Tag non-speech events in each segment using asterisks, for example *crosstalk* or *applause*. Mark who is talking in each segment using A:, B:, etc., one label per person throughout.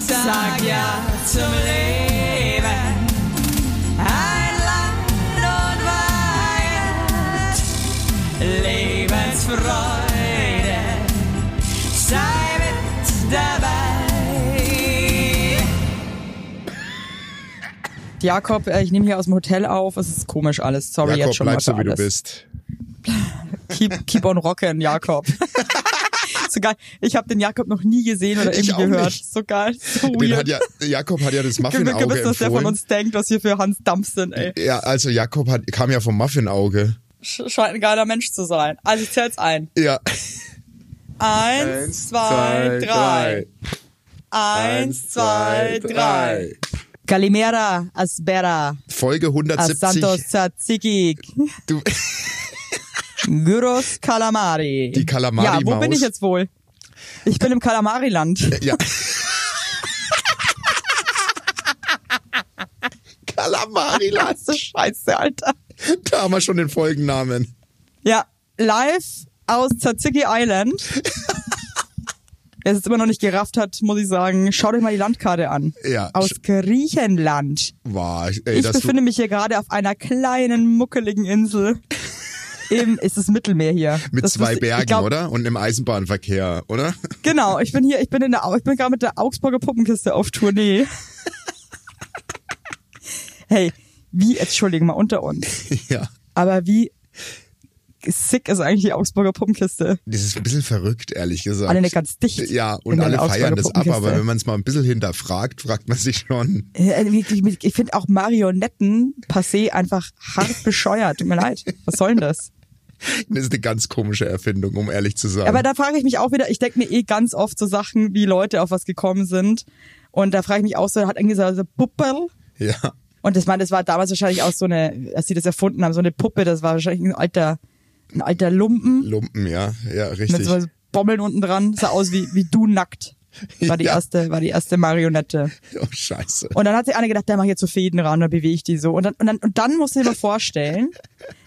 A: sag ja zum Leben. Ein Land und Weihend, Lebensfreude, sei mit dabei.
B: Jakob, äh, ich nehme hier aus dem Hotel auf. Es ist komisch alles. Sorry
C: Jakob,
B: jetzt schon
C: bleib
B: mal.
C: so,
B: für
C: wie du
B: alles.
C: bist.
B: Keep, keep on
A: *laughs*
B: rockin', Jakob. so geil. Ich habe den Jakob noch nie gesehen oder
C: Ich
B: irgendwie
C: auch
B: gehört.
C: nicht.
B: So geil. So
C: Den
B: weird.
C: hat ja, Jakob hat ja das
B: Ich bin *laughs*
C: Muffinauge
B: gewiss, dass der von
C: empfohlen.
B: uns denkt, was wir für Hans Dampf sind, ey.
C: Ja, also Jakob hat, kam ja vom Muffinauge.
B: Sch- Scheint ein geiler Mensch zu sein. Also ich zähl's ein.
C: Ja.
B: Eins, zwei, drei. Eins, zwei, drei. Galimera, Asbera,
C: Folge 170.
B: Asantos Tzatziki,
C: Du, *laughs*
B: Gyros Kalamari.
C: Die
B: Ja,
C: Kalamari-Maus.
B: wo bin ich jetzt wohl? Ich bin im *laughs* Kalamari-Land.
C: ja. Kalamari,
B: Das ist scheiße, Alter.
C: da haben wir schon den Folgennamen.
B: Ja, live aus Tzatziki *laughs* Island. Wer es jetzt immer noch nicht gerafft hat, muss ich sagen, schaut euch mal die Landkarte an.
C: Ja.
B: Aus Griechenland.
C: Wow, ey,
B: ich
C: dass du,
B: befinde mich hier gerade auf einer kleinen, muckeligen
C: *laughs*
B: Insel. Eben ist das Mittelmeer hier.
C: mit
B: das
C: zwei
B: wisst-
C: Bergen,
B: ich glaub,
C: oder? Und im Eisenbahnverkehr, oder? *laughs*
B: Genau, ich bin hier, ich bin in der, Au- ich bin gerade mit der Augsburger Puppenkiste auf
C: *laughs*
B: Tournee. hey, wie, entschuldigen mal unter uns,
C: Ja.
B: aber wie sick ist eigentlich die Augsburger Puppenkiste?
C: Das ist ein bisschen verrückt, ehrlich gesagt.
B: Alle nicht ganz dicht.
C: Ja, und
B: in der
C: alle
B: Augsburger
C: feiern das ab,
B: Puppenkiste.
C: aber wenn man es mal ein bisschen hinterfragt, fragt man sich schon. *laughs*
B: Äh, wie- wie- Ich finde auch Marionetten passé einfach hart bescheuert. Tut mir leid. Was soll denn das?
C: Das ist eine ganz komische Erfindung, um ehrlich zu sein.
B: Aber da frage ich mich auch wieder, ich denke mir eh ganz oft so Sachen, wie Leute auf was gekommen sind. Und da frage ich mich auch so, hat irgendwie so, so Puppel.
C: ja.
B: Und das, man, das war damals wahrscheinlich auch so eine, als die das erfunden haben, so eine Puppe, das war wahrscheinlich ein alter, ein alter Lumpen
C: Lumpen, ja. Ja,
B: mit
C: richtig.
B: so Bommeln unten dran. Sah aus wie, wie du nackt. War die
C: Ja.
B: erste, war die erste Marionette.
C: Oh, scheiße.
B: Und dann hat sich einer gedacht, der macht jetzt so Fäden ran, dann bewege ich die so. Und dann, und dann, und dann musst du dir mal vorstellen,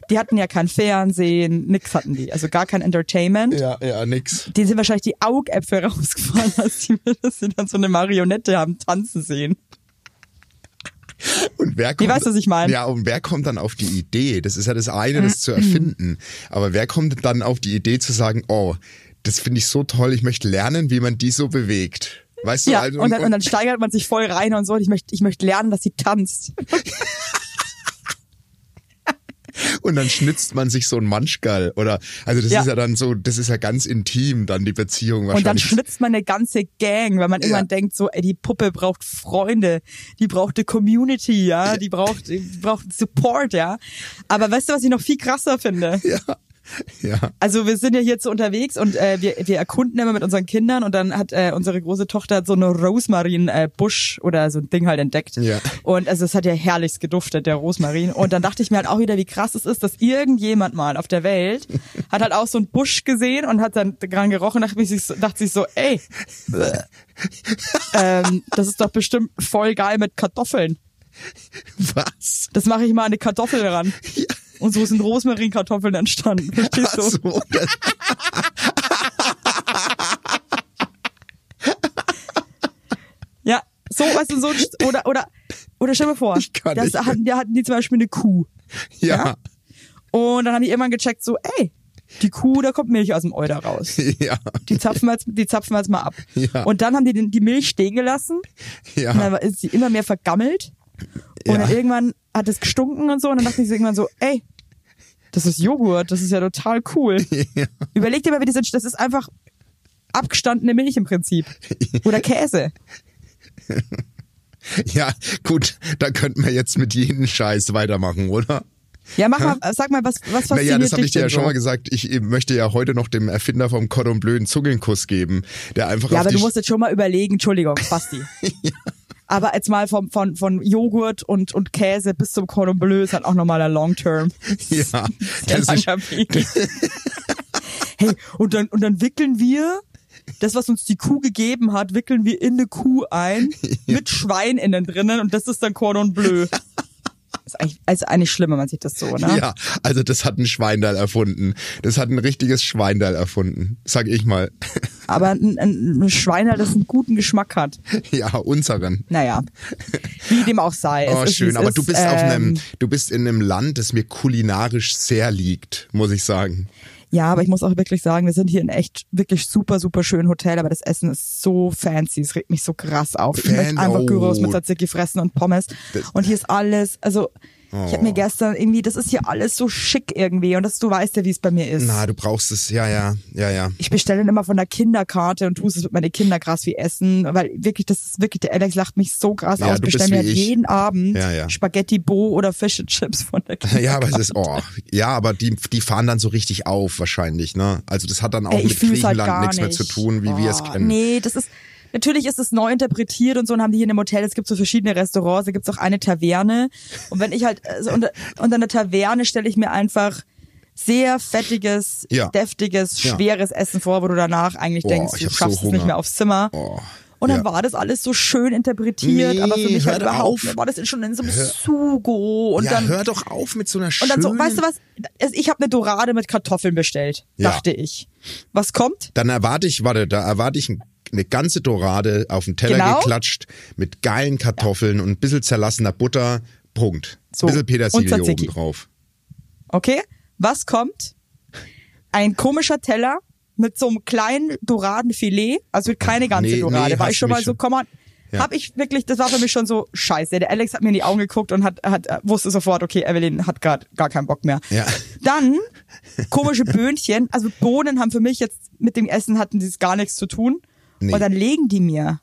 B: die hatten ja kein Fernsehen, nix hatten die. Also gar kein Entertainment.
C: Ja, ja, nix.
B: Denen sind wahrscheinlich die Augäpfel *laughs* rausgefallen, als die, dass sie dann so eine Marionette haben tanzen sehen.
C: Und wer kommt,
B: weißt du, was ich meine?
C: Ja, und wer kommt dann auf die Idee? Das ist ja das eine, das zu erfinden. Aber wer kommt dann auf die Idee zu sagen, oh, das finde ich so toll, ich möchte lernen, wie man die so bewegt. Weißt
B: Ja,
C: du, also,
B: und, dann, und dann steigert man sich voll rein und so. Und ich möchte, ich möchte lernen, dass sie tanzt.
C: Und dann schnitzt man sich so ein Manschgall oder also das
B: Ja.
C: ist ja dann so, das ist ja ganz intim dann die Beziehung
B: Und dann
C: wahrscheinlich.
B: schnitzt man eine ganze Gang, weil man
C: Ja.
B: irgendwann denkt so, ey, die Puppe braucht Freunde, die braucht eine Community, ja, die braucht, die braucht Support, ja. Aber weißt du, was ich noch viel krasser finde?
C: ja,
B: Also wir sind ja jetzt so unterwegs und äh, wir, wir erkunden immer mit unseren Kindern und dann hat äh, unsere große Tochter hat so einen Rosmarin-Busch oder so ein Ding halt entdeckt.
C: Ja.
B: Und also es hat ja herrlichst geduftet, der Rosmarin. Und dann dachte ich mir halt auch wieder, wie krass es ist, dass irgendjemand mal auf der Welt hat halt auch so einen Busch gesehen und hat dann dran gerochen und dachte sich so, dachte sich so
C: *laughs*
B: ey, äh, ähm, das ist doch bestimmt voll geil mit Kartoffeln.
C: was?
B: Das mache ich mal an eine Kartoffel ran. Und so sind Rosmarinkartoffeln
C: *laughs*
B: entstanden. Verstehst du?
C: Ach so, das,
B: Ja, so, weißt du, so, oder, oder, oder stell dir vor,
C: Ich kann
B: das
C: nicht.
B: hatten, die hatten die zum Beispiel eine Kuh.
C: ja,
B: Und dann haben die irgendwann gecheckt, so, ey, die Kuh, da kommt Milch aus dem Euter raus.
C: ja,
B: Die zapfen wir jetzt, die zapfen wir jetzt mal ab.
C: Ja.
B: Und dann haben die den, die Milch stehen gelassen.
C: ja,
B: Und dann ist sie immer mehr vergammelt. Und
C: Ja.
B: dann irgendwann hat es gestunken und so. Und dann dachte ich so irgendwann so, ey, das ist Joghurt, das ist ja total cool.
C: *laughs* ja,
B: Überleg dir mal, wie das ist. Das ist einfach abgestandene Milch im Prinzip. Oder Käse.
C: ja, gut, da könnten wir jetzt mit jedem Scheiß weitermachen, oder?
B: Ja, mach mal, sag mal, was, was fasziniert
C: Naja, das habe
B: dich
C: ich dir
B: denn
C: ja schon
B: so?
C: mal gesagt. Ich möchte ja heute noch dem Erfinder vom Cordon Bleu einen Zungenkuss geben, der einfach
B: Ja,
C: auf
B: aber
C: die
B: du musst jetzt schon mal überlegen, Entschuldigung,
C: *laughs*
B: Basti. Aber jetzt mal vom, von, von Joghurt und, und Käse bis zum Cordon Bleu ist halt auch nochmal der Long Term.
C: *laughs*
B: *laughs*
C: ja,
B: Der
C: das ist,
B: langer
C: *laughs*
B: Weg. hey, und dann, und dann wickeln wir das, was uns die Kuh gegeben hat, wickeln wir in eine Kuh
C: *laughs*
B: ein mit Schwein innen drinnen und das ist dann Cordon Bleu. Ist eigentlich, also eigentlich schlimm, wenn man sich das so, ne?
C: ja, also das hat ein Schweindall erfunden. Das hat ein richtiges Schweindall erfunden, sag ich mal. *laughs*
B: aber ein, ein ein Schwein halt, das einen guten Geschmack hat.
C: Ja, unseren.
B: Naja, wie dem auch sei. Es
C: Oh,
B: ist, wie
C: schön.
B: es
C: Aber
B: ist,
C: du bist auf
B: ähm,
C: einem, du bist in einem Land, das mir kulinarisch sehr liegt, muss ich sagen.
B: Ja, aber ich muss auch wirklich sagen, wir sind hier in echt wirklich super, super schönen Hotel, aber das Essen ist so fancy, es regt mich so krass auf. Ich möchte
C: Fan-
B: einfach Gyros mit
C: oh.
B: Tzatziki fressen und Pommes.
C: Das-
B: Und hier ist alles, also ich habe mir
C: Oh.
B: gestern irgendwie, das ist hier alles so schick irgendwie und das, du weißt ja, wie es bei mir ist.
C: Na, du brauchst es. Ja, ja, ja, ja. *laughs*
B: Ich bestelle dann immer von der Kinderkarte und tue es mit meinen Kindern krass wie essen, weil wirklich, das ist wirklich, der Alex lacht mich so krass
C: Ja,
B: aus.
C: du
B: Ich bestelle mir
C: bist wie ich.
B: jeden Abend
C: Ja, ja.
B: Spaghetti Bo oder Fish and Chips von der Kinderkarte.
C: *laughs* Ja, aber es ist, oh, ja, aber die, die fahren dann so richtig auf wahrscheinlich, ne? Also das hat dann auch
B: Ey,
C: mit
B: ich fühl's halt
C: Griechenland
B: gar
C: nichts
B: nicht.
C: mehr zu tun, wie wir es
B: Boah,
C: kennen.
B: Nee, das ist, natürlich ist es neu interpretiert und so und haben die hier in einem Hotel, es gibt so verschiedene Restaurants, da gibt's auch eine Taverne und wenn ich halt, also unter, unter einer Taverne stelle ich mir einfach sehr fettiges,
C: Ja.
B: deftiges,
C: Ja.
B: schweres Essen vor, wo du danach eigentlich
C: Boah,
B: denkst,
C: ich
B: du
C: hab so
B: schaffst es nicht
C: Hunger.
B: mehr aufs Zimmer.
C: Oh,
B: Und dann
C: ja.
B: war das alles so schön interpretiert,
C: Nee,
B: aber für mich
C: hör
B: halt
C: doch
B: überhaupt
C: auf.
B: nicht. war das schon in so einem Sugo und
C: ja,
B: dann
C: hör doch auf mit so einer
B: und
C: schönen...
B: dann so, weißt du was? Also Ich habe eine Dorade mit Kartoffeln bestellt,
C: Ja.
B: dachte ich. Was kommt?
C: Dann erwarte ich, warte, da erwarte ich ein- eine ganze Dorade auf den Teller
B: Genau.
C: geklatscht mit geilen Kartoffeln und ein bisschen zerlassener Butter. Punkt.
B: So.
C: Bisschen Petersilie
B: Und Tzatziki.
C: oben drauf.
B: Okay, was kommt? Ein komischer Teller mit so einem kleinen Doradenfilet, also keine ganze
C: Nee,
B: Dorade.
C: nee,
B: war
C: hast
B: ich schon
C: du
B: mal
C: mich
B: so,
C: schon-
B: komm mal.
C: Ja.
B: Hab ich wirklich, das war für mich schon so scheiße. Der Alex hat mir in die Augen geguckt und hat, hat äh, wusste sofort, okay, Evelyn hat gerade gar keinen Bock mehr.
C: Ja. *laughs*
B: Dann komische Böhnchen, also Bohnen haben für mich jetzt mit dem Essen hatten die gar nichts zu tun.
C: Nee.
B: Und dann legen die mir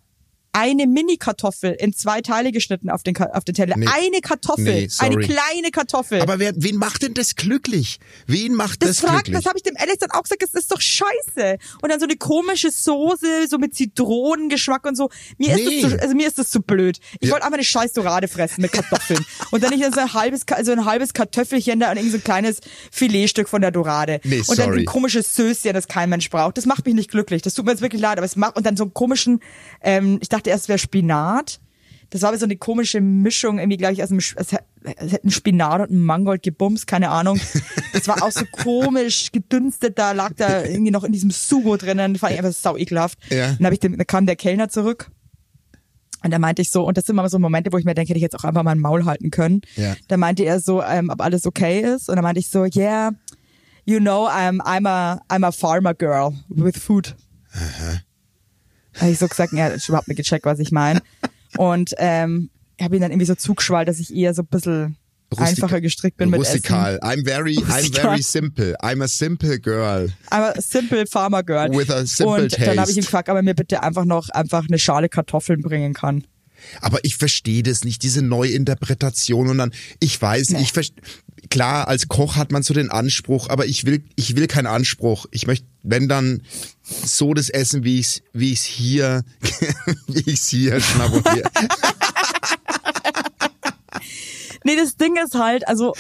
B: eine Mini-Kartoffel in zwei Teile geschnitten auf den, Ka- auf den Teller.
C: Nee.
B: Eine Kartoffel,
C: Nee,
B: eine
C: sorry.
B: kleine Kartoffel.
C: Aber wer, wen macht denn das glücklich? Wen macht
B: Das,
C: das,
B: fragt,
C: glücklich?
B: das habe ich dem Alex dann auch gesagt, das ist doch scheiße. Und dann so eine komische Soße, so mit Zitronengeschmack und so. Mir
C: Nee.
B: ist das zu, also mir ist das zu blöd. Ich
C: Ja.
B: wollte einfach eine scheiß Dorade fressen mit Kartoffeln. und dann nicht so ein halbes, Ka- so ein halbes Kartoffelchen da und irgend so ein kleines Filetstück von der Dorade.
C: Nee,
B: und dann so
C: sorry.
B: ein komisches Söschen, das kein Mensch braucht. Das macht mich nicht glücklich. Das tut mir jetzt wirklich leid, aber es macht, und dann so einen komischen, ähm, ich dachte erst, es wäre Spinat. Das war aber so eine komische Mischung, irgendwie, glaube ich, aus einem, Sch- es hä- es hätten Spinat und ein Mangold gebumst, keine Ahnung. Das war auch so komisch, gedünstet, da lag da irgendwie noch in diesem Sugo drinnen, fand ich einfach sau ekelhaft.
C: Ja.
B: Dann, hab ich den, dann kam der Kellner zurück. Und da meinte ich so, und das sind immer so Momente, wo ich mir denke, hätte ich jetzt auch einfach mein Maul halten können.
C: Ja.
B: Da meinte er so, ähm, ob alles okay ist. Und dann meinte ich so, yeah, you know, I'm, I'm a, I'm a farmer girl with food. Habe ich so gesagt, ja, er hat überhaupt nicht gecheckt, was ich meine. Und ähm, habe ihn dann irgendwie so zugeschwallt, dass ich eher so ein bisschen
C: Rustik-
B: einfacher gestrickt bin mit Essen.
C: Rustikal. I'm very, I'm
B: Rustikal.
C: very simple. I'm a simple girl.
B: Aber simple Farmer Girl.
C: With a simple
B: Und dann habe ich
C: taste.
B: ihm gefragt, ob er mir bitte einfach noch einfach eine Schale Kartoffeln bringen kann.
C: Aber ich verstehe das nicht, diese Neuinterpretation und dann, ich weiß, ich verstehe, klar, als Koch hat man so den Anspruch, aber ich will, ich will keinen Anspruch. Ich möchte, wenn dann, so das Essen, wie ich's, wie ich's hier, *laughs* wie ich's
B: *laughs*
C: hier schnabuliere.
B: Nee, das Ding ist halt, also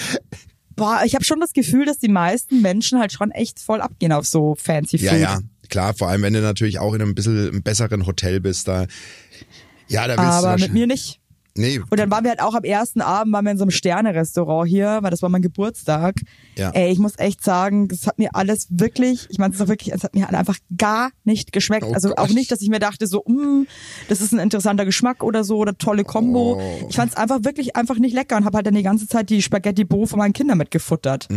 B: boah, ich habe schon das Gefühl, dass die meisten Menschen halt schon echt voll abgehen auf so fancy
C: ja,
B: Food.
C: ja, klar, vor allem, wenn du natürlich auch in einem bisschen besseren Hotel bist, da, ja, da willst du
B: Aber mit
C: wahrscheinlich-
B: mir nicht.
C: nee,
B: Und dann waren wir halt auch am ersten Abend, waren wir in so einem Sterne-Restaurant hier, weil das war mein Geburtstag.
C: Ja.
B: Ey, ich muss echt sagen, das hat mir alles wirklich, ich meine, es ist auch wirklich, es hat mir halt einfach gar nicht geschmeckt.
C: Oh
B: also auch
C: Gott.
B: nicht, dass ich mir dachte, so, mm, das ist ein interessanter Geschmack oder so oder tolle Kombo.
C: Oh.
B: Ich fand es einfach wirklich einfach nicht lecker und habe halt dann die ganze Zeit die Spaghetti Bo von meinen Kindern mitgefuttert.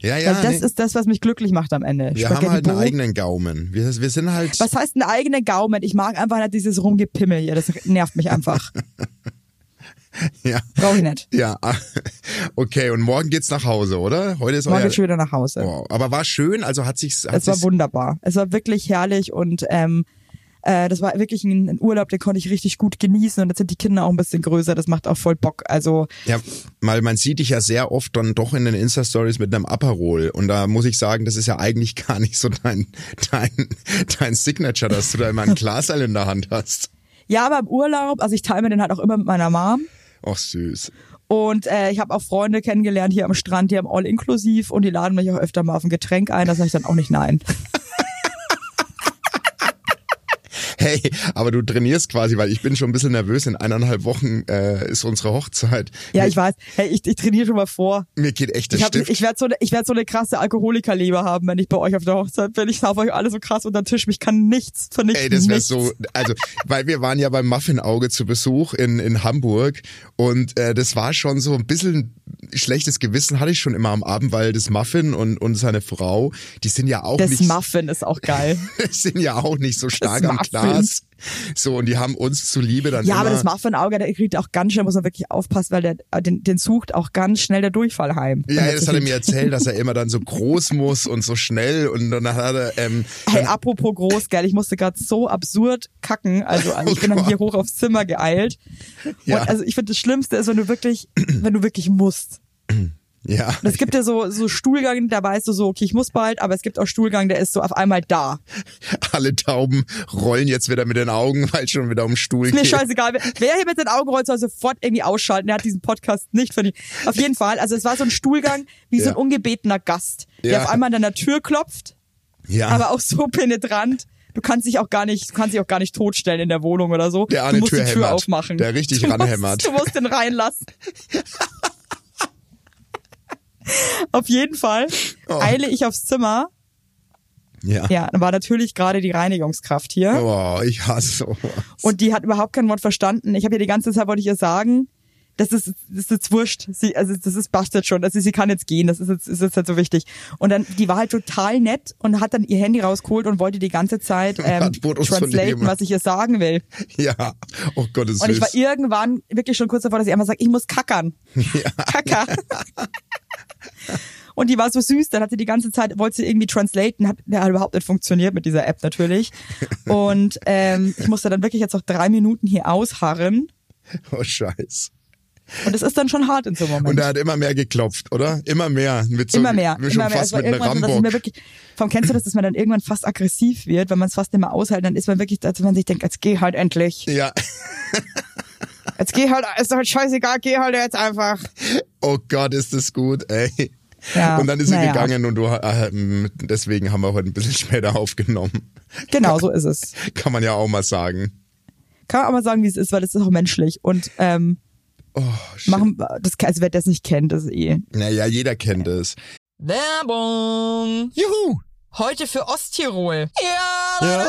C: ja, ja,
B: Weil das
C: nee.
B: ist das, was mich glücklich macht am Ende.
C: wir
B: Spaghetti
C: haben halt
B: Bo.
C: einen eigenen Gaumen. Wir, wir sind halt,
B: Was heißt ein eigener Gaumen? Ich mag einfach nicht dieses Rumgepimmel hier. Das nervt mich
C: *laughs*
B: einfach.
C: ja.
B: Brauche ich nicht.
C: Ja, okay, und morgen geht's nach Hause, oder? Heute ist
B: Morgen
C: euer...
B: geht's schon wieder nach Hause.
C: Wow. Aber war schön, also hat sich's... Hat
B: Es war
C: sich's-
B: wunderbar. Es war wirklich herrlich und ähm, äh, das war wirklich ein, ein Urlaub, den konnte ich richtig gut genießen und jetzt sind die Kinder auch ein bisschen größer, das macht auch voll Bock. Also
C: Ja, weil man sieht dich ja sehr oft dann doch in den Insta-Stories mit einem Aperol und da muss ich sagen, das ist ja eigentlich *laughs* gar nicht so dein, dein, dein Signature, dass du da immer ein Glaseil in der Hand hast.
B: ja, aber im Urlaub, also ich teile mir den halt auch immer mit meiner Mom
C: Ach süß.
B: und äh, ich habe auch Freunde kennengelernt hier am Strand, die haben all inklusiv und die laden mich auch öfter mal auf ein Getränk ein, da sage ich dann auch nicht nein.
C: Hey, aber du trainierst quasi, weil ich bin schon ein bisschen nervös. In eineinhalb Wochen äh, ist unsere Hochzeit.
B: Ja,
C: mir,
B: ich weiß. Hey, ich, ich trainiere schon mal vor.
C: mir geht echt der
B: Ich, hab-
C: Stift.
B: ich werde so, ne- ich werd so eine krasse Alkoholikerleber haben, wenn ich bei euch auf der Hochzeit bin. Ich darf euch alle so krass unter den Tisch. Mich kann nichts vernichten.
C: Ey, das wäre
B: nichts.
C: so, also, weil wir waren ja beim Muffinauge zu Besuch in, in Hamburg und äh, das war schon so ein bisschen schlechtes Gewissen hatte ich schon immer am Abend, weil das Muffin und, und seine Frau, die sind ja auch
B: Das
C: nicht,
B: Muffin ist auch geil.
C: *laughs* sind ja auch nicht so stark
B: Das
C: am
B: Muffin.
C: Glas. So, und die haben uns zuliebe dann
B: Ja,
C: immer,
B: aber das Muffin-Auge, der kriegt auch ganz schnell, muss man wirklich aufpassen, weil der, äh, den, den sucht auch ganz schnell der Durchfall heim.
C: Ja,
B: Wenn
C: ja,
B: zu
C: das hat er
B: viel-
C: mir erzählt, dass er immer dann so groß muss und so schnell und dann hat er, ähm,
B: Hey, apropos groß, gell, ich musste gerade so absurd kacken.
C: *laughs*
B: Also, also ich bin dann
C: Oh Gott.
B: hier hoch aufs Zimmer geeilt.
C: Ja.
B: Und also ich finde das Schlimmste ist, wenn du wirklich, wenn du wirklich musst.
C: ja.
B: Und es gibt ja so, so Stuhlgang, da weißt du so, okay, ich muss bald, aber es gibt auch Stuhlgang, der ist so auf einmal da.
C: Alle Tauben rollen jetzt wieder mit den Augen, weil schon wieder um den Stuhl
B: Ist mir
C: geht.
B: scheißegal. Wer- Wer hier mit den Augen rollt, soll sofort irgendwie ausschalten. Er hat diesen Podcast nicht verdient. Auf jeden Fall. Also es war so ein Stuhlgang wie so ein
C: Ja.
B: ungebetener Gast, der
C: Ja. Ah.
B: auf einmal an deiner Tür klopft,
C: Ja.
B: aber auch so penetrant. Du kannst dich auch gar nicht, du kannst dich auch gar nicht totstellen in der Wohnung oder so.
C: Der
B: du
C: eine
B: musst die Tür
C: Türhämmert.
B: aufmachen.
C: Der richtig
B: du
C: ranhämmert.
B: Musst, du musst den
C: *laughs*
B: reinlassen. auf jeden Fall
C: Oh.
B: eile ich aufs Zimmer.
C: ja.
B: Ja, dann war natürlich gerade die Reinigungskraft hier.
C: Oh, ich hasse sowas.
B: Und die hat überhaupt kein Wort verstanden. Ich habe ihr die ganze Zeit, wollte ich ihr sagen, das ist, das ist jetzt wurscht. Sie, also das ist bastard schon. Also sie kann jetzt gehen. Das ist jetzt, ist jetzt nicht so wichtig. Und dann, die war halt total nett und hat dann ihr Handy rausgeholt und wollte die ganze Zeit ähm,
C: *laughs* Hat Fotos von
B: translaten,
C: ihm.
B: was ich ihr sagen will.
C: *laughs* Ja. Oh Gott, das ist
B: Und ich war
C: süß.
B: irgendwann wirklich schon kurz davor, dass ich einmal sage, ich muss
C: *laughs*
B: kackern. Kacker. Und die war so süß, dann hat sie die ganze Zeit, wollte sie irgendwie translaten, hat, ja, hat überhaupt nicht funktioniert mit dieser App natürlich. Und ähm, ich musste dann wirklich jetzt noch drei Minuten hier ausharren.
C: Oh Scheiß.
B: Und es ist dann schon hart in so einem Moment.
C: Und er hat immer mehr geklopft, oder? Immer mehr. Mit so,
B: immer mehr,
C: Mit schon
B: immer mehr.
C: fast
B: war
C: mit einer
B: irgendwann so, dass ich mir
C: Rambock.
B: wirklich, vom kennst du das, dass man dann irgendwann fast aggressiv wird, wenn man es fast nicht mehr aushält, dann ist man wirklich, dass man sich denkt, jetzt geh halt endlich.
C: Ja. *laughs*
B: Jetzt geh halt, ist doch scheißegal, geh halt jetzt einfach.
C: Oh Gott, ist das gut, ey.
B: Ja,
C: und dann ist er
B: naja.
C: gegangen und du, äh, deswegen haben wir heute ein bisschen *laughs* später aufgenommen.
B: Genau, so ist es.
C: Kann man ja auch mal sagen.
B: Kann man aber sagen, wie es ist, weil das ist auch menschlich. Und ähm,
C: Oh, shit.
B: machen das, also wer das nicht kennt, das ist eh.
C: Naja, jeder kennt es.
B: Werbung!
C: Juhu!
B: Heute für Osttirol. Ja!
C: Ja.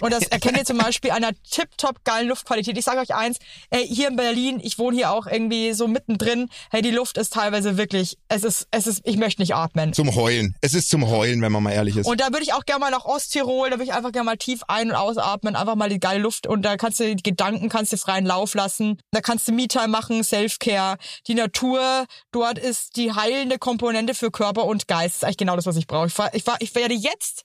B: Und das erkennt ihr zum Beispiel an einer tipptopp geilen Luftqualität. Ich sage euch eins, ey, hier in Berlin, ich wohne hier auch irgendwie so mittendrin, hey, die Luft ist teilweise wirklich, es ist, es ist, ich möchte nicht atmen.
C: Zum Heulen. Es ist zum Heulen, wenn man mal ehrlich ist.
B: Und da würde ich auch gerne mal nach Osttirol, da würde ich einfach gerne mal tief ein- und ausatmen, einfach mal die geile Luft und da kannst du die Gedanken, kannst du freien Lauf lassen, da kannst du Me-Time machen, Self-Care, die Natur, dort ist die heilende Komponente für Körper und Geist, das ist eigentlich genau das, was ich brauche. Ich, fahr- ich, fahr- ich werde jetzt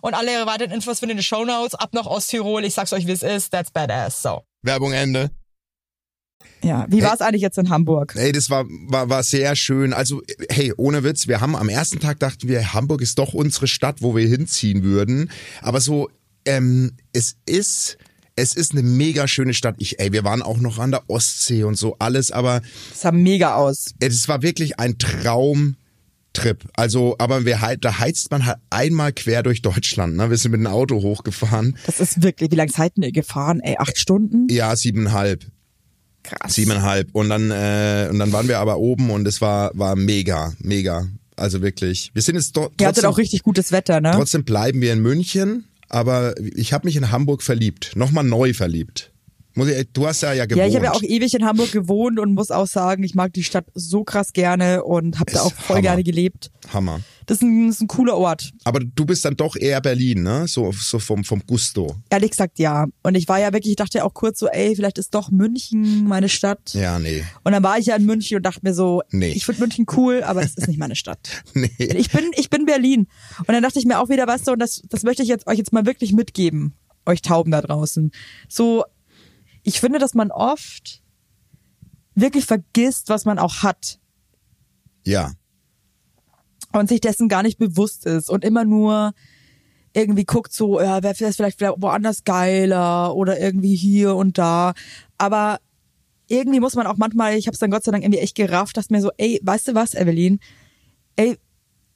B: Und alle weiteren Infos findet ihr in den Shownotes. Ab nach Osttirol. Ich sag's euch, wie es ist. That's badass. So.
C: Werbung Ende.
B: Ja, wie war's eigentlich jetzt in Hamburg?
C: Ey, das war, war, war sehr schön. Also, hey, ohne Witz, wir haben am ersten Tag dachten wir, Hamburg ist doch unsere Stadt, wo wir hinziehen würden. Aber so, ähm, es ist, es ist eine mega schöne Stadt. Ich, ey, wir waren auch noch an der Ostsee und so alles, aber
B: Es sah mega aus.
C: es war wirklich ein Traum, Trip. Also, aber wir, hei- da heizt man halt einmal quer durch Deutschland. Ne? Wir sind mit dem Auto hochgefahren.
B: Das ist wirklich, wie lange seid ihr gefahren? Ey, acht Stunden?
C: Ja, siebeneinhalb.
B: Krass.
C: Siebeneinhalb. Und dann, äh, und dann waren wir aber oben und es war, war mega, mega. Also wirklich. Wir sind jetzt do-
B: Ihr hattet
C: trotzdem,
B: auch richtig gutes Wetter, ne?
C: trotzdem bleiben wir in München, aber ich habe mich in Hamburg verliebt. Nochmal neu verliebt. Muss ich, du hast ja ja gewohnt.
B: Ja, ich habe ja auch ewig in Hamburg gewohnt und muss auch sagen, ich mag die Stadt so krass gerne und habe da
C: Ist
B: auch voll
C: Hammer.
B: gerne gelebt.
C: Hammer.
B: Das ist, ein, das ist ein cooler Ort.
C: Aber du bist dann doch eher Berlin, ne? So, so vom, vom Gusto.
B: Ehrlich gesagt, ja. Und ich war ja wirklich, ich dachte ja auch kurz so, ey, vielleicht ist doch München meine Stadt.
C: Ja, nee. *laughs*
B: Und dann war ich ja in München und dachte mir so,
C: Nee.
B: ich finde München cool, aber es ist nicht meine Stadt.
C: *laughs* Nee.
B: Ich bin, ich bin Berlin. Und dann dachte ich mir auch wieder, weißt du, und das, das möchte ich jetzt euch jetzt mal wirklich mitgeben, euch Tauben da draußen. So, ich finde, dass man oft wirklich vergisst, was man auch hat.
C: Ja.
B: und sich dessen gar nicht bewusst ist und immer nur irgendwie guckt so, ja, wäre das vielleicht woanders geiler oder irgendwie hier und da. Aber irgendwie muss man auch manchmal, ich habe es dann Gott sei Dank irgendwie echt gerafft, dass mir so, ey, weißt du was, Evelyn? Ey,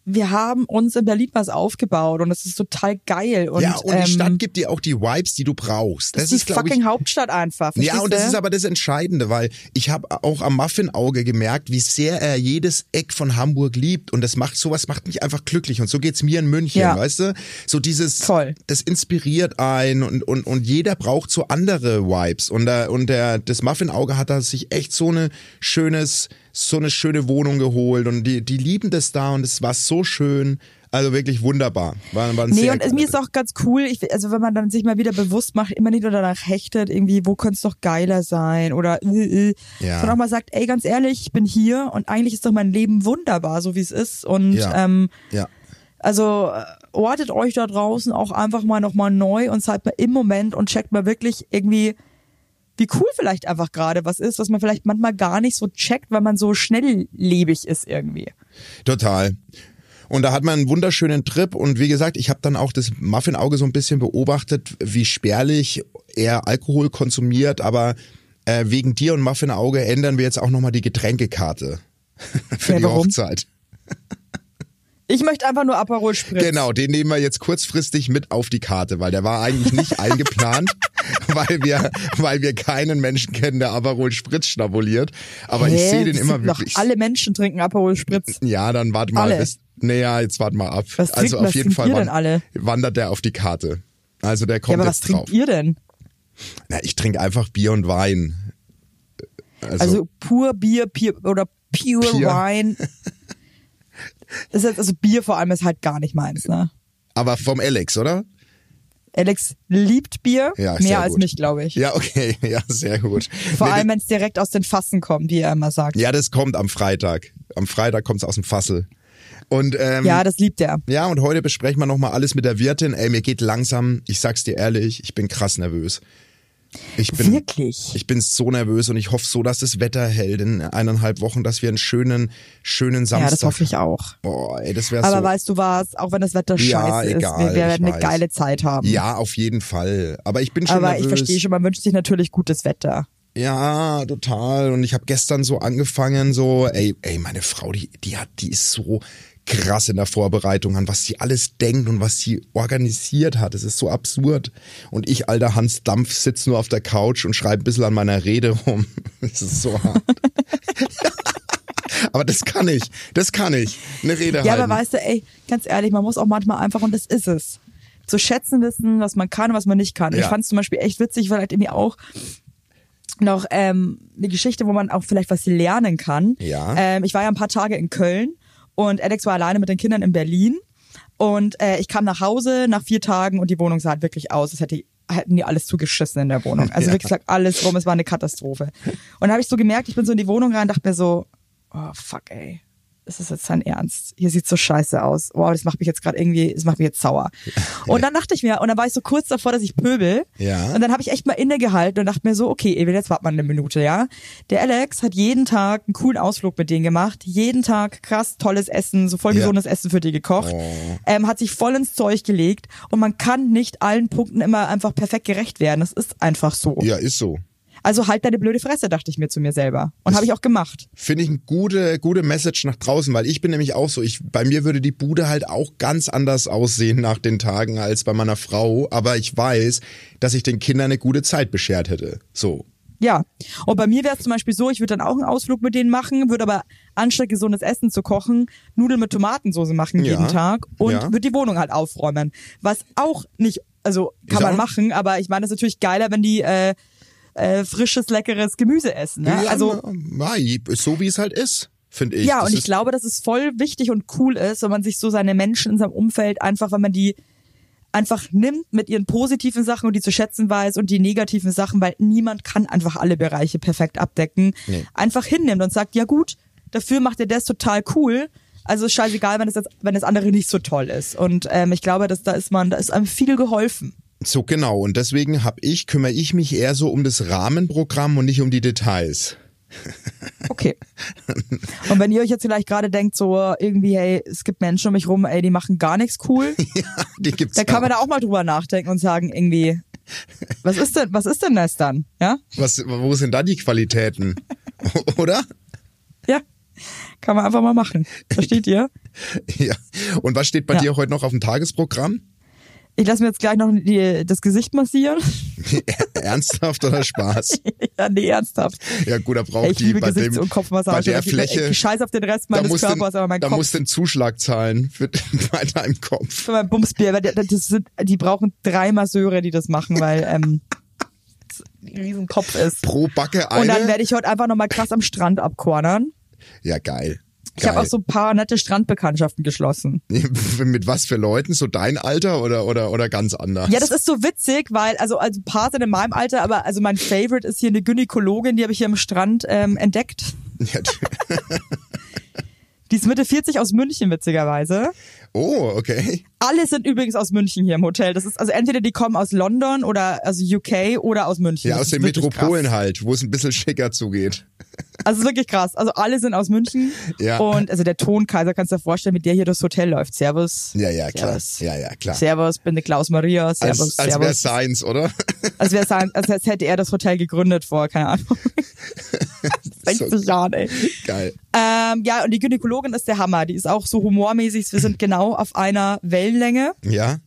B: wir haben uns in Berlin was aufgebaut und es ist total geil. Und,
C: ja, und
B: ähm,
C: die Stadt gibt dir auch die Vibes, die du brauchst. Das
B: die
C: ist, glaube ich,
B: fucking Hauptstadt einfach.
C: Ja,
B: verstehst
C: und das
B: du?
C: ist aber das Entscheidende, weil ich habe auch am Muffin-Auge gemerkt, wie sehr er jedes Eck von Hamburg liebt. Und das macht, sowas macht mich einfach glücklich. Und so geht's mir in München,
B: Ja.
C: weißt du? So dieses,
B: Voll.
C: das inspiriert einen und, und, und jeder braucht so andere Vibes. Und, der, und der, das Muffin-Auge hat da sich echt so eine schönes, so eine schöne Wohnung geholt. Und die, die lieben das da und es war so schön. Also wirklich wunderbar. War, war ein
B: Nee,
C: sehr
B: und mir ist auch ganz cool, ich, also wenn man dann sich mal wieder bewusst macht, immer nicht nur danach hechtet, irgendwie, wo könnte es doch geiler sein oder äh, äh,
C: Ja.
B: sondern auch mal sagt, ey, ganz ehrlich, ich bin hier und eigentlich ist doch mein Leben wunderbar, so wie es ist. Und
C: Ja.
B: ähm,
C: ja.
B: also äh, ortet euch da draußen auch einfach mal nochmal neu und seid mal im Moment und checkt mal wirklich irgendwie, wie cool vielleicht einfach gerade was ist, was man vielleicht manchmal gar nicht so checkt, weil man so schnelllebig ist irgendwie.
C: Total. Und da hat man einen wunderschönen Trip und wie gesagt, ich habe dann auch das Muffin-Auge so ein bisschen beobachtet, wie spärlich er Alkohol konsumiert, aber äh, wegen dir und Muffin-Auge ändern wir jetzt auch nochmal die Getränkekarte *laughs* für
B: Ja,
C: die
B: warum?
C: Hochzeit.
B: Ich möchte einfach nur Aperol Spritz.
C: Genau, den nehmen wir jetzt kurzfristig mit auf die Karte, weil der war
B: *laughs*
C: eigentlich nicht eingeplant, weil wir, weil wir keinen Menschen kennen, der Aperol Spritz schnabuliert. Aber ich
B: Hä?
C: sehe den
B: Das
C: immer
B: sind doch
C: wirklich.
B: Alle Menschen trinken Aperol Spritz.
C: Ja, dann warte mal.
B: Alle.
C: Bis, naja, jetzt warte mal ab.
B: Was trinkt-
C: also auf
B: was
C: jeden
B: trinkt
C: Fall
B: ihr denn alle?
C: wandert der auf die Karte. Also der
B: Ja,
C: kommt
B: aber was
C: jetzt drauf.
B: trinkt ihr denn?
C: Na, ich trinke einfach Bier und Wein. Also,
B: Also pur Bier pure, oder pure
C: Bier. *laughs*
B: Wine. Das heißt, also Bier vor allem ist halt gar nicht meins, ne?
C: aber vom Alex, oder?
B: Alex liebt Bier
C: Ja, sehr
B: mehr als
C: gut.
B: mich, glaube ich.
C: Ja, okay, *laughs* ja, sehr gut.
B: Vor
C: Nee,
B: allem,
C: das-
B: wenn es direkt aus den Fassen kommt, wie er immer sagt. Ja,
C: ja, das kommt am Freitag. Am Freitag kommt's aus dem Fassel. Und ähm,
B: das liebt er.
C: Ja, und heute besprechen wir nochmal alles mit der Wirtin. Ey, mir geht langsam, ich sag's dir ehrlich, ich bin krass nervös. Ich bin,
B: Wirklich?
C: Ich bin so nervös und ich hoffe so, dass das Wetter hält in eineinhalb Wochen, dass wir einen schönen, schönen Samstag
B: Ja, das hoffe ich auch.
C: Boah, ey, das wäre so.
B: Aber weißt du was, auch wenn das Wetter
C: Ja,
B: scheiße ist,
C: egal,
B: wir werden
C: ich
B: eine
C: weiß.
B: geile Zeit haben.
C: ja, auf jeden Fall. Aber ich bin schon
B: Aber
C: nervös.
B: ich verstehe schon, man wünscht sich natürlich gutes Wetter.
C: Ja, total. Und ich habe gestern so angefangen, so, ey, ey, meine Frau, die, die hat, die ist so krass in der Vorbereitung an, was sie alles denkt und was sie organisiert hat. Es ist so absurd. Und ich, alter Hans Dampf, sitz nur auf der Couch und schreibe ein bisschen an meiner Rede rum. *laughs* Es ist so
B: *laughs*
C: hart. aber das kann ich. Das kann ich. Eine Rede
B: Ja,
C: halten.
B: aber weißt du, ey, ganz ehrlich, man muss auch manchmal einfach, und das ist es, zu schätzen wissen, was man kann und was man nicht kann. Ich
C: Ja.
B: fand es zum Beispiel echt witzig, weil halt irgendwie auch noch ähm, eine Geschichte, wo man auch vielleicht was lernen kann.
C: Ja.
B: Ähm, ich war ja ein paar Tage in Köln und Alex war alleine mit den Kindern in Berlin. Und äh, ich kam nach Hause nach vier Tagen und die Wohnung sah halt wirklich aus, als hätte hätten die alles zugeschissen in der Wohnung. Also
C: Ja.
B: wirklich gesagt, alles rum, es war eine Katastrophe. Und da habe ich so gemerkt, ich bin so in die Wohnung rein, dachte mir so, oh fuck ey, ist das jetzt dein Ernst? Hier sieht so scheiße aus. Wow, das macht mich jetzt gerade irgendwie, das macht mich jetzt sauer. Und dann dachte ich mir, und dann war ich so kurz davor, dass ich pöbel.
C: Ja.
B: Und dann habe ich echt mal innegehalten und dachte mir so, okay, Evel, jetzt wart mal eine Minute, ja. Der Alex hat jeden Tag einen coolen Ausflug mit denen gemacht, jeden Tag krass tolles Essen, so voll
C: Ja.
B: gesundes Essen für die gekocht,
C: Oh.
B: ähm, hat sich voll ins Zeug gelegt und man kann nicht allen Punkten immer einfach perfekt gerecht werden. Das ist einfach so.
C: ja, ist so.
B: Also halt deine blöde Fresse, dachte ich mir zu mir selber. Und habe ich auch gemacht.
C: Finde ich eine gute, gute Message nach draußen, weil ich bin nämlich auch so. Ich, bei mir würde die Bude halt auch ganz anders aussehen nach den Tagen als bei meiner Frau, aber ich weiß, dass ich den Kindern eine gute Zeit beschert hätte. So.
B: Ja. Und bei mir wäre es zum Beispiel so, ich würde dann auch einen Ausflug mit denen machen, würde aber anstatt gesundes Essen zu kochen, Nudeln mit Tomatensoße machen
C: Ja.
B: jeden Tag und
C: Ja.
B: würde die Wohnung halt aufräumen. Was auch nicht, also kann
C: Ist
B: man
C: auch-
B: machen, aber ich meine, das ist natürlich geiler, wenn die äh, äh, frisches, leckeres Gemüse essen. Ne? also
C: Mai, so wie es halt ist, finde ich.
B: ja,
C: Das
B: und ich
C: ist-
B: glaube, dass es voll wichtig und cool ist, wenn man sich so seine Menschen in seinem Umfeld einfach, wenn man die einfach nimmt mit ihren positiven Sachen und die zu schätzen weiß und die negativen Sachen, weil niemand kann einfach alle Bereiche perfekt abdecken,
C: Nee.
B: einfach hinnimmt und sagt, ja gut, dafür macht ihr das total cool. Also ist scheißegal, wenn das, jetzt, wenn das andere nicht so toll ist. Und ähm, ich glaube, dass da ist man, da ist einem viel geholfen.
C: So genau. Und deswegen hab ich, kümmere ich mich eher so um das Rahmenprogramm und nicht um die Details. *laughs*
B: Okay. Und wenn ihr euch jetzt vielleicht gerade denkt, so irgendwie, hey, es gibt Menschen um mich rum, ey, die machen gar nichts cool,
C: Die gibt's
B: Da kann man
C: auch.
B: da auch mal drüber nachdenken und sagen, irgendwie, was ist denn, was ist denn das dann? Ja?
C: Was, wo sind da die Qualitäten? *laughs* Oder?
B: Ja. Kann man einfach mal machen. Versteht ihr?
C: Ja. Und was steht bei
B: Ja.
C: dir heute noch auf dem Tagesprogramm?
B: Ich lasse mir jetzt gleich noch die, das Gesicht massieren. *laughs*
C: Ernsthaft oder Spaß?
B: ja, nee, ernsthaft.
C: Ja gut, da
B: Ey,
C: braucht
B: ich
C: die
B: liebe
C: bei,
B: Gesichts-
C: dem,
B: und Kopfmassage.
C: bei der
B: Ich- ich,
C: Fläche,
B: ich scheiß auf den Rest
C: da,
B: meines
C: musst
B: Körpers, aber
C: den,
B: mein
C: da
B: Kopf.
C: musst du einen Zuschlag zahlen für, *laughs* bei deinem Kopf.
B: für mein Bumsbier, weil die- das sind, die brauchen drei Masseure, die das machen, weil ähm, das ein Riesenkopf ist.
C: Pro Backe eine?
B: Und dann werde ich heute einfach nochmal krass am Strand abkornern.
C: ja, geil.
B: Ich habe
C: Geil. *laughs*
B: auch so ein paar nette Strandbekanntschaften geschlossen.
C: Mit was für Leuten? So dein Alter oder, oder, oder ganz anders?
B: Ja, das ist so witzig, weil, also, also ein paar sind in meinem Alter, aber also mein Favorite ist hier eine Gynäkologin, die habe ich hier am Strand ähm, entdeckt.
C: *laughs* Ja, die-
B: Die ist Mitte 40 aus München, witzigerweise.
C: oh, okay.
B: Alle sind übrigens aus München hier im Hotel. Das ist, also entweder die kommen aus London oder also UK oder aus München.
C: Ja,
B: Das
C: aus
B: ist
C: den
B: wirklich
C: Metropolen
B: Krass.
C: halt, wo es ein bisschen schicker zugeht.
B: Also es ist wirklich krass. Also alle sind aus München.
C: Ja.
B: Und also der Tonkaiser, kannst du dir vorstellen, mit der hier durchs Hotel läuft. Servus.
C: Ja, ja, klar.
B: Servus.
C: Ja, ja, klar.
B: Servus, bin der Klaus Maria. Servus,
C: Als, als wäre
B: Servus.
C: Science, oder? *laughs*
B: Als, wär's sein, als, als hätte er das Hotel gegründet vor, keine
C: *laughs*
B: Ahnung. 60 Jahren, ey.
C: Geil.
B: Ähm, ja, und die Gynäkologin ist der Hammer. Die ist auch so humormäßig. Wir sind genau auf einer Wellenlänge.
C: Ja.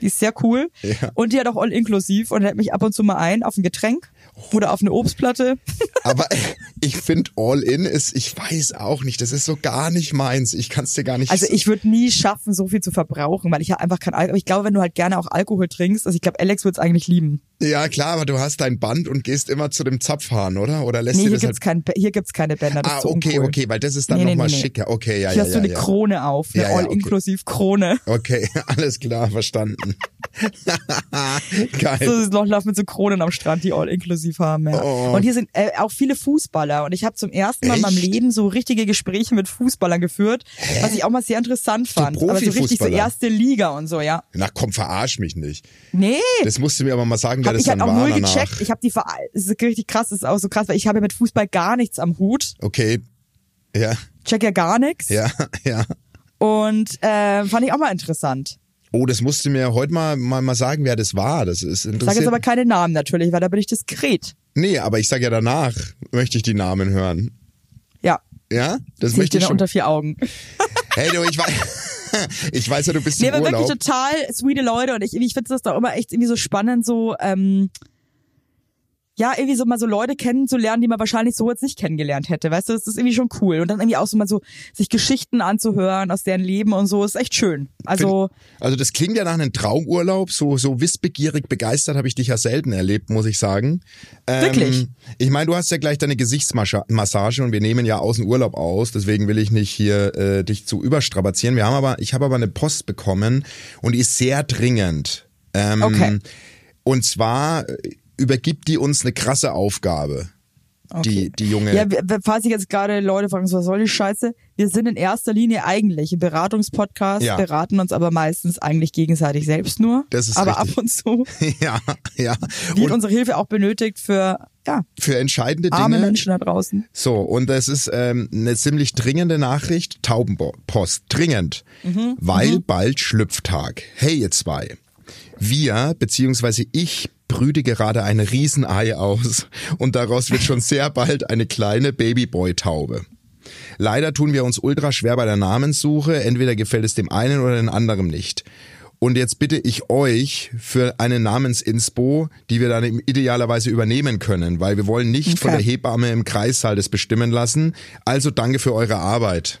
B: Die ist sehr cool.
C: Ja.
B: Und die hat auch all inklusiv und hält mich ab und zu mal ein auf ein Getränk oder auf eine Obstplatte.
C: Aber *laughs* ich finde All In ist, ich weiß auch nicht, das ist so gar nicht meins. Ich kann es dir gar nicht.
B: Also ich würde nie schaffen, so viel zu verbrauchen, weil ich ja einfach kein Alkohol. Aber ich glaube, wenn du halt gerne auch Alkohol trinkst, also ich glaube, Alex würde es eigentlich lieben.
C: ja klar, aber du hast dein Band und gehst immer zu dem Zapfhahn, oder? Oder lässt
B: Nee,
C: dir
B: hier
C: das
B: gibt's
C: halt?
B: kein, hier gibt's keine Bänder. Das
C: Ah,
B: ist so
C: okay,
B: uncool.
C: okay, weil das ist dann
B: Nee, nee,
C: nochmal
B: nee, nee.
C: schicker. Okay, ja,
B: Hier
C: ja,
B: hast du
C: ja.
B: eine
C: ja.
B: Krone auf, eine
C: Ja, ja, okay.
B: all-inklusiv Krone.
C: Okay, *laughs* alles
B: *laughs*
C: klar, verstanden. Geil.
B: so das Lochlauf mit so Kronen am Strand, die all inklusiv haben. Ja.
C: Oh.
B: Und hier sind äh, auch viele Fußballer. Und ich habe zum ersten Mal in meinem
C: Echt?
B: Leben so richtige Gespräche mit Fußballern geführt, was ich auch mal sehr interessant fand. Aber so richtig so
C: Profifußballer?
B: erste Liga und so, ja.
C: Na komm, verarsch mich nicht.
B: Nee.
C: Das musst du mir aber mal sagen, wer
B: Hab
C: das
B: ich halt
C: dann
B: auch
C: war
B: null
C: danach.
B: gecheckt. Ich habe die Ver es ist richtig krass, es ist auch so krass, weil ich habe ja mit Fußball gar nichts am Hut,
C: Okay. Ja,
B: check ja gar nichts.
C: ja, *laughs* ja.
B: Und äh, fand ich auch mal interessant.
C: Oh, das musst du mir heute mal, mal, mal sagen, wer das war. Das ist
B: Sag
C: interessant.
B: jetzt aber keine Namen natürlich, weil da bin ich diskret.
C: nee, aber ich sag ja danach, möchte ich die Namen hören.
B: Ja.
C: Ja? Das
B: Sehe ich
C: möchte
B: dir
C: ich
B: da
C: schon.
B: unter vier Augen.
C: Hey du, ich weiß, *laughs* ich weiß ja, du bist
B: Nee,
C: im
B: aber
C: Urlaub.
B: wirklich total sweete Leute und ich, ich finde das doch immer echt irgendwie so spannend, so ähm, ja, irgendwie so mal so Leute kennenzulernen, die man wahrscheinlich so jetzt nicht kennengelernt hätte. Weißt du, das ist irgendwie schon cool. Und dann irgendwie auch so mal so sich Geschichten anzuhören aus deren Leben und so, ist echt schön. Also,
C: also das klingt ja nach einem Traumurlaub. So, so wissbegierig begeistert habe ich dich ja selten erlebt, muss ich sagen. Ähm,
B: Wirklich?
C: Ich meine, du hast ja gleich deine Gesichtsmassage und wir nehmen ja außen Urlaub aus. Deswegen will ich nicht hier äh, dich zu überstrapazieren. Wir haben aber, ich habe aber eine Post bekommen und die ist sehr dringend. Ähm,
B: Okay.
C: Und zwar äh, übergibt die uns eine krasse Aufgabe. Die, die junge. *laughs*
B: ja, wir- falls ich jetzt gerade Leute fragen, so, was soll die Scheiße? Wir sind in erster Linie eigentlich ein Beratungspodcast,
C: Ja.
B: beraten uns aber meistens eigentlich gegenseitig selbst nur.
C: Das ist
B: aber
C: richtig.
B: ab und zu
C: ja, ja.
B: wird
C: Und
B: unsere Hilfe auch benötigt für ja,
C: für entscheidende
B: arme
C: Dinge.
B: Menschen da draußen.
C: So, und das ist ähm, eine ziemlich dringende Nachricht, Taubenpost, dringend, weil bald Schlüpftag. Hey ihr zwei, wir, beziehungsweise ich brüte gerade ein Riesenei aus und daraus wird schon sehr bald eine kleine Babyboy-Taube. Leider tun wir uns ultra schwer bei der Namenssuche, entweder gefällt es dem einen oder den anderen nicht. Und jetzt bitte ich euch für eine Namensinspo, die wir dann im- idealerweise übernehmen können, weil wir wollen nicht von
B: Okay.
C: der Hebamme im Kreissaal das bestimmen lassen. Also danke für eure Arbeit.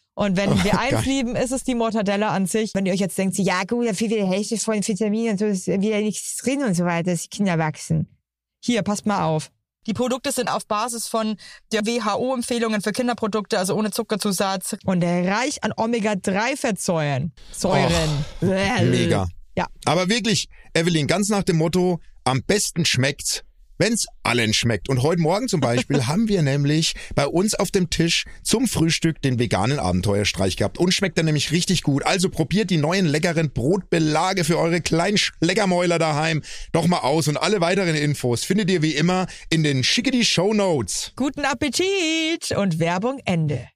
D: Und wenn wir eins
C: Oh, *laughs* geil.
D: lieben, ist es die Mortadella an sich. Wenn ihr euch jetzt denkt, so, ja gut, da fehlt wieder die Hälfte von den Vitaminen und so, ist wieder nichts drin und so weiter, dass die Kinder wachsen. Hier, passt mal auf. Die Produkte sind auf Basis von der WHO-Empfehlungen für Kinderprodukte, also ohne Zuckerzusatz und reich an Omega-3-Fettsäuren. Säuren. Bäh.
C: Mega.
D: Ja,
C: Aber wirklich, Evelyn, ganz nach dem Motto, am besten schmeckt's, wenn's allen schmeckt. Und heute Morgen zum *laughs* Beispiel haben wir nämlich bei uns auf dem Tisch zum Frühstück den veganen Abenteuerstreich gehabt. Und schmeckt er nämlich richtig gut. Also probiert die neuen leckeren Brotbelage für eure kleinen Schleckermäuler daheim doch mal aus. Und alle weiteren Infos findet ihr wie immer in den Schickety Show Notes.
D: guten Appetit und Werbung Ende.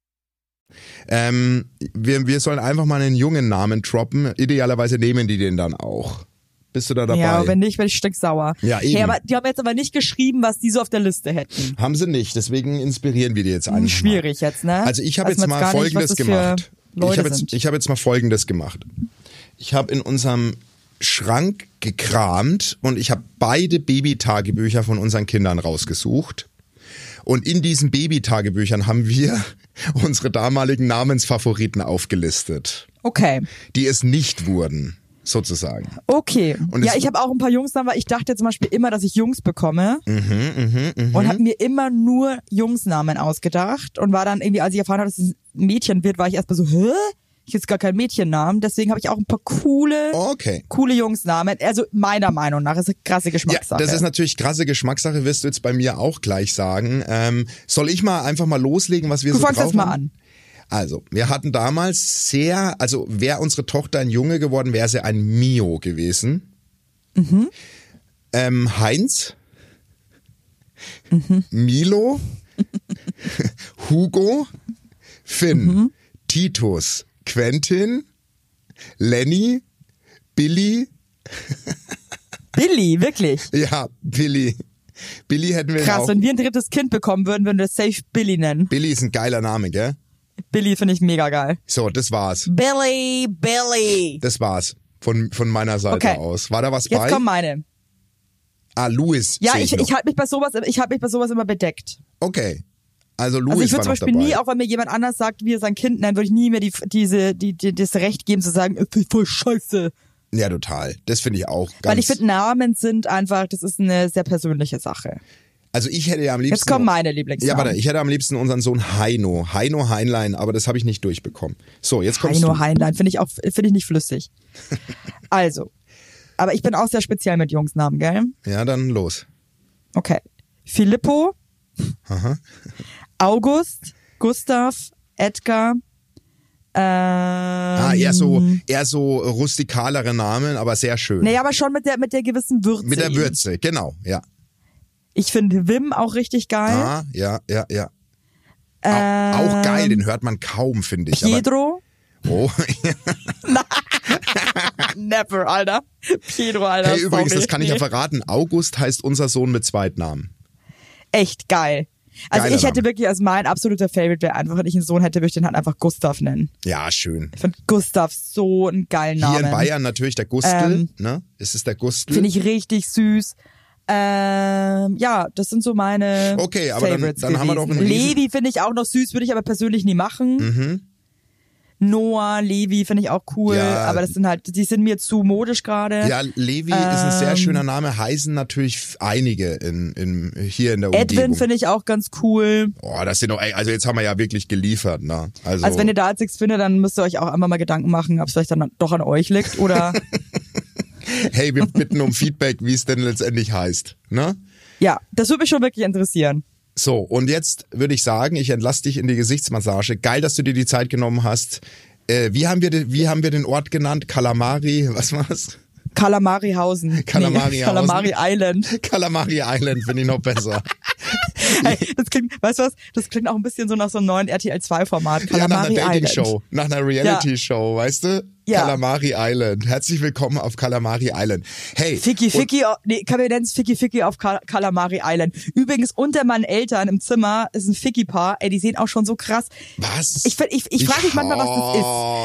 C: Ähm, wir, wir sollen einfach mal einen jungen Namen droppen. Idealerweise nehmen die den dann auch. Bist du da dabei?
B: Ja, aber wenn nicht, werde ich stinksauer.
C: Ja, eben.
B: Hey, aber die haben jetzt aber nicht geschrieben, was die so auf der Liste hätten.
C: Haben sie nicht, deswegen inspirieren wir die jetzt einfach.
B: Hm, Schwierig jetzt, ne?
C: Also ich habe
B: Weiß
C: jetzt
B: man
C: mal
B: gar nicht,
C: Folgendes
B: was das für
C: gemacht. Ich
B: Leute
C: habe jetzt,
B: sind.
C: ich hab jetzt mal Folgendes gemacht. Ich habe in unserem Schrank gekramt und ich habe beide Babytagebücher von unseren Kindern rausgesucht. Und in diesen Babytagebüchern haben wir *laughs* unsere damaligen Namensfavoriten aufgelistet,
B: Okay.
C: die es nicht wurden, sozusagen.
B: Okay.
C: Und
B: ja,
C: es-
B: ich habe auch ein paar Jungs weil ich dachte zum Beispiel immer, dass ich Jungs bekomme
C: Mhm,
B: und habe mir immer nur Jungsnamen ausgedacht und war dann irgendwie, als ich erfahren habe, dass es ein Mädchen wird, war ich erstmal so, hä? Ich habe jetzt gar keinen Mädchennamen, deswegen habe ich auch ein paar coole,
C: Okay.
B: coole Jungsnamen. Also meiner Meinung nach ist eine krasse Geschmackssache.
C: Ja, das ist natürlich krasse Geschmackssache, wirst du jetzt bei mir auch gleich sagen. Ähm, soll ich mal einfach mal loslegen, was wir
B: Du
C: so
B: fangst
C: drauf
B: das mal
C: haben?
B: an.
C: Also, wir hatten damals sehr, also wäre unsere Tochter ein Junge geworden, wäre sie ein Mio gewesen.
B: Mhm.
C: Ähm, Heinz,
B: Mhm. *laughs*
C: Milo, Hugo, Finn,
B: Mhm.
C: Titus, Quentin, Lenny, Billy,
B: Billy, wirklich.
C: ja, Billy. Billy hätten wir ihn
B: Krass,
C: auch.
B: wenn wir ein drittes Kind bekommen würden, würden wir das safe Billy nennen.
C: Billy ist ein geiler Name, gell?
B: Billy finde ich mega geil.
C: So, das war's.
B: Billy, Billy.
C: Das war's. Von, von meiner Seite
B: Okay.
C: aus. War da was
B: Jetzt
C: bei?
B: kommen meine.
C: ah, Louis.
B: Ja,
C: seh
B: ich,
C: noch.
B: ich halte mich bei sowas, ich halte mich bei sowas immer bedeckt.
C: Okay. Also Louis
B: Also ich würde
C: war
B: zum
C: noch
B: Beispiel
C: dabei.
B: nie, auch wenn mir jemand anders sagt, wie er sein Kind nennt, würde ich nie mehr die, diese, die, die, das Recht geben zu sagen, ich bin voll scheiße.
C: ja, total. Das finde ich auch ganz.
B: Weil ich finde, Namen sind einfach, das ist eine sehr persönliche Sache.
C: also ich hätte ja am liebsten.
B: Jetzt kommen meine Lieblingsnamen.
C: Ja, warte, ich hätte am liebsten unseren Sohn Heino. Heino Heinlein, aber das habe ich nicht durchbekommen. So, jetzt kommst
B: Heino
C: du.
B: Heinlein, finde ich auch, finde ich nicht
C: *laughs*
B: flüssig. also. Aber ich bin auch sehr speziell mit Jungsnamen, gell?
C: ja, dann los.
B: Okay. Filippo. *laughs* August. Gustav. Edgar. Ähm,
C: Ah, eher so, eher so rustikalere Namen, aber sehr schön.
B: Naja, aber schon mit der, mit der gewissen Würze.
C: Mit der
B: eben.
C: Würze, genau, ja.
B: Ich finde Wim auch richtig geil.
C: Ah, ja, ja, ja. Au-
B: Ähm,
C: auch geil, den hört man kaum, finde ich. Aber,
B: Pietro? *laughs*
C: oh,
B: Ah, Never, Alter. *laughs* Pietro, Alter.
C: Hey, übrigens,
B: sorry.
C: das kann ich ja verraten. August heißt unser Sohn mit Zweitnamen.
B: Echt geil. Also
C: Geiler
B: ich hätte
C: Name.
B: wirklich, also mein absoluter Favorite wäre einfach, wenn ich einen Sohn hätte, würde ich den halt einfach Gustav nennen.
C: Ja, schön.
B: Ich finde Gustav so einen geilen
C: Hier in
B: Namen.
C: Bayern natürlich der Gustl,
B: Ähm,
C: ne? Es ist der Gustl.
B: Finde ich richtig süß. Ähm, ja, das sind so meine
C: Okay, aber dann-
B: Favorites
C: dann haben wir doch
B: gewesen.
C: einen riesen- Mhm.
B: Levi finde ich auch noch süß, würde ich aber persönlich nie machen. Noah, Levi finde ich auch cool,
C: Ja.
B: aber das sind halt, die sind mir zu modisch gerade.
C: ja, Levi ist ein
B: Ähm,
C: sehr schöner Name, heißen natürlich einige in, in, hier in der
B: Edwin
C: Umgebung.
B: finde ich auch ganz cool.
C: Oh, das sind doch, ey, also jetzt haben wir ja wirklich geliefert, ne? Also,
B: Also wenn ihr da jetzt nichts findet, dann müsst ihr euch auch einmal mal Gedanken machen, ob es vielleicht dann doch an euch
C: *laughs*
B: liegt oder
C: hey, wir bitten um Feedback, wie es denn letztendlich heißt, ne?
B: ja, das würde mich schon wirklich interessieren.
C: So, und jetzt würde ich sagen, ich entlasse dich in die Gesichtsmassage. Geil, dass du dir die Zeit genommen hast. Äh, wie, haben wir, de- wie haben wir den Ort genannt? Kalamari, was war's?
B: Kalamarihausen.
C: Kalamarihausen.
B: Nee, *laughs* Kalamari Island.
C: Kalamari Island finde ich
B: *laughs*
C: noch besser.
B: Hey, das klingt, weißt du was? Das klingt auch ein bisschen so nach so einem neuen RTL 2 Format.
C: ja, nach
B: Kalamari
C: einer
B: Island.
C: Dating-Show, nach einer Reality-Show, weißt du?
B: Ja.
C: Kalamari Island. Herzlich willkommen auf Kalamari Island. Hey,
B: Ficky
C: und-
B: Ficky, oh, nee, Kabinetts Ficky Ficky auf Ka Kalamari Island. Übrigens, unter meinen Eltern im Zimmer ist ein Ficky-Paar. Ey, die sehen auch schon so krass.
C: was?
B: Ich, ver- ich, ich frage mich manchmal,
C: Oh,
B: was das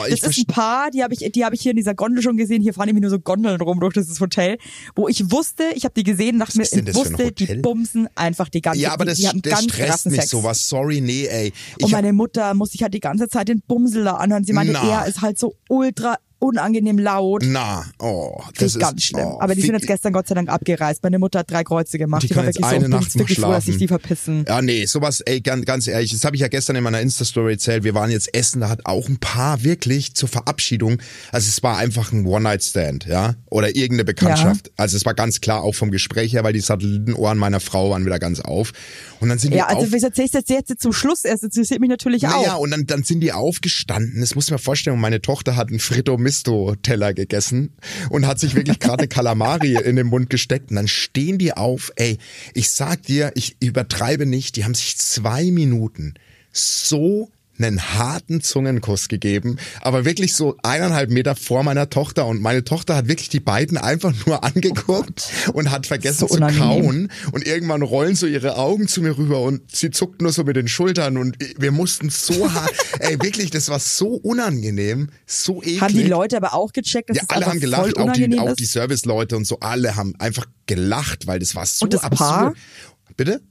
C: ich
B: ist. Das ist ein Paar, die habe ich, die hab ich hier in dieser Gondel schon gesehen. Hier fahren nämlich nur so Gondeln rum durch dieses Hotel, wo ich wusste, ich habe die gesehen, dachte mir,
C: ist denn
B: ich
C: das für ein
B: wusste, die
C: Hotel?
B: bumsen einfach die ganze
C: ja, aber
B: die,
C: das,
B: die haben
C: das
B: ganz
C: stresst
B: krassen
C: mich
B: Sex. Oh
C: sowas. Sorry, nee, ey. Ich
B: Und meine Mutter muss sich halt die ganze Zeit den Bumsel da anhören. Sie meinte,
C: Na.
B: er ist halt so ultra unangenehm laut.
C: na, oh,
B: Das
C: das ist
B: ganz schlimm.
C: Oh,
B: Aber die sind
C: Fick-
B: jetzt gestern Gott sei Dank abgereist. Meine Mutter hat drei Kreuze gemacht.
C: Die
B: war
C: können jetzt
B: wirklich so,
C: eine
B: ich bin
C: Nacht
B: jetzt
C: noch
B: wirklich froh, dass ich
C: schlafen.
B: die verpissen.
C: Ja, nee, sowas, ey, ganz, ganz ehrlich, das habe ich ja gestern in meiner Insta-Story erzählt. Wir waren jetzt essen, da hat auch ein paar wirklich zur Verabschiedung. Also es war einfach ein One-Night-Stand, ja. Oder irgendeine Bekanntschaft. Also es war ganz klar auch vom Gespräch her, weil die Satellitenohren meiner Frau waren wieder ganz auf. Und dann sind die
B: Ja, also
C: Äh, auf
B: was erzählst du jetzt, jetzt zum Schluss erst? Das interessiert mich natürlich auch.
C: naja, und dann, dann sind die aufgestanden. Das muss ich mir vorstellen. Und meine Tochter hat einen Fritto-Misto-Teller gegessen und hat sich
B: *laughs*
C: wirklich gerade Kalamari in den Mund gesteckt. Und dann stehen die auf. Ey, ich sag dir, ich übertreibe nicht. Die haben sich zwei Minuten so einen harten Zungenkuss gegeben, aber wirklich so eineinhalb Meter vor meiner Tochter und meine Tochter hat wirklich die beiden einfach nur angeguckt und hat vergessen
B: Oh So
C: zu
B: unangenehm.
C: kauen und irgendwann rollen so ihre Augen zu mir rüber und sie zuckt nur so mit den Schultern und wir mussten so
B: *laughs*
C: hart, ey wirklich, das war so unangenehm, so eklig.
B: haben die Leute aber auch gecheckt, dass
C: ja,
B: es
C: alle
B: einfach
C: haben
B: voll
C: gelacht, auch die,
B: unangenehm
C: auch
B: ist?
C: die Serviceleute und so, alle haben einfach gelacht, weil das war so
B: Und das
C: absurd.
B: Paar?
C: Bitte?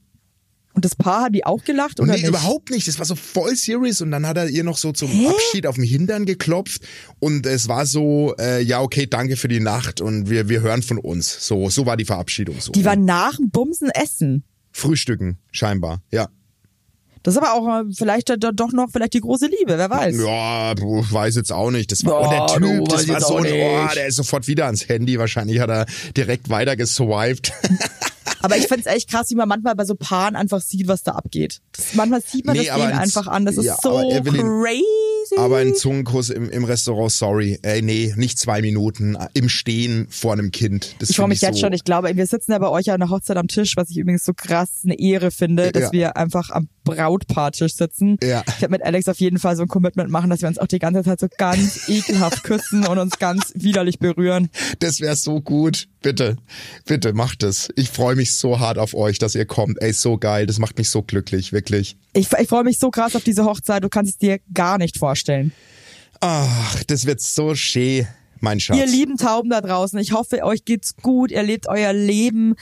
B: Und das Paar haben die auch gelacht oder
C: nee,
B: nicht?
C: überhaupt nicht. Das war so voll serious und dann hat er ihr noch so zum Abschied auf den Hintern geklopft und es war so, äh, ja okay, danke für die Nacht und wir, wir hören von uns. So, so war die Verabschiedung. So.
B: Die waren nach dem Bumsen essen.
C: Frühstücken, scheinbar, ja.
B: Das ist aber auch äh, vielleicht dann doch noch vielleicht die große Liebe, wer weiß.
C: Ja, puh, weiß jetzt auch nicht. Das war,
B: Ja,
C: und der
B: du,
C: Typ,
B: weiß
C: das war
B: jetzt
C: so
B: auch
C: ein, oh,
B: nicht.
C: der ist sofort wieder ans Handy. Wahrscheinlich hat er direkt weiter geswiped. *laughs*
B: Aber ich find's echt krass, wie man manchmal bei so Paaren einfach sieht, was da abgeht. Das, manchmal sieht man
C: Nee,
B: das
C: aber
B: denen
C: ein-
B: einfach an. Das ist
C: ja,
B: so
C: aber Evelyn-
B: crazy.
C: Aber ein Zungenkuss im, im Restaurant, sorry. Ey, nee, nicht zwei Minuten. Im Stehen vor einem Kind. Das
B: Ich freue
C: find
B: mich jetzt
C: so.
B: schon. Ich glaube, wir sitzen ja bei euch an der Hochzeit am Tisch, was ich übrigens so krass eine Ehre finde, dass
C: Ja.
B: wir einfach am Brautpaartisch sitzen.
C: Ja.
B: Ich werde mit Alex auf jeden Fall so ein Commitment machen, dass wir uns auch die ganze Zeit so ganz
C: *laughs*
B: ekelhaft küssen und uns ganz widerlich berühren.
C: Das wäre so gut. Bitte, bitte macht es. Ich freue mich so hart auf euch, dass ihr kommt. Ey, so geil. Das macht mich so glücklich, wirklich.
B: Ich, ich freue mich so krass auf diese Hochzeit. Du kannst es dir gar nicht vorstellen.
C: Ach, das wird so schön, mein Schatz.
B: Ihr lieben Tauben da draußen, ich hoffe, euch geht's gut, ihr lebt euer Leben,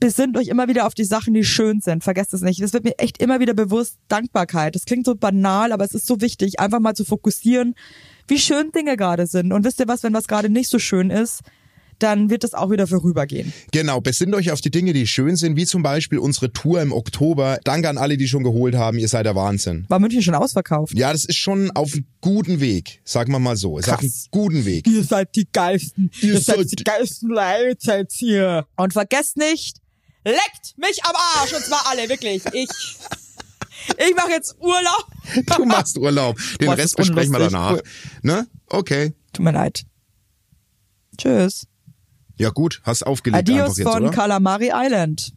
B: besinnt euch immer wieder auf die Sachen, die schön sind. Vergesst es nicht. Das wird mir echt immer wieder bewusst. Dankbarkeit. Das klingt so banal, aber es ist so wichtig, einfach mal zu fokussieren, wie schön Dinge gerade sind. Und wisst ihr was, wenn was gerade nicht so schön ist, dann wird das auch wieder vorübergehen.
C: Genau, besinnt euch auf die Dinge, die schön sind, wie zum Beispiel unsere Tour im Oktober. Danke an alle, die schon geholt haben. Ihr seid der Wahnsinn.
B: War München schon ausverkauft?
C: Ja, das ist schon auf einem guten Weg, sagen wir mal so. Ist auf einem
B: Krass.
C: guten Weg.
B: *laughs* Ihr seid die geilsten. Ihr,
C: Ihr
B: seid,
C: seid
B: die
C: die-
B: geilsten Leute hier. Und vergesst nicht, leckt mich am Arsch. Und zwar alle, wirklich. *laughs* Ich, ich mache jetzt Urlaub.
C: Du machst Urlaub. Den
B: Boah, das
C: Rest
B: ist
C: besprechen wir
B: unlustig.
C: danach. Ne? Okay.
B: Tut mir leid. Tschüss.
C: Ja gut, hast aufgelegt
B: Adios
C: einfach jetzt,
B: von
C: oder?
B: Calamari Island.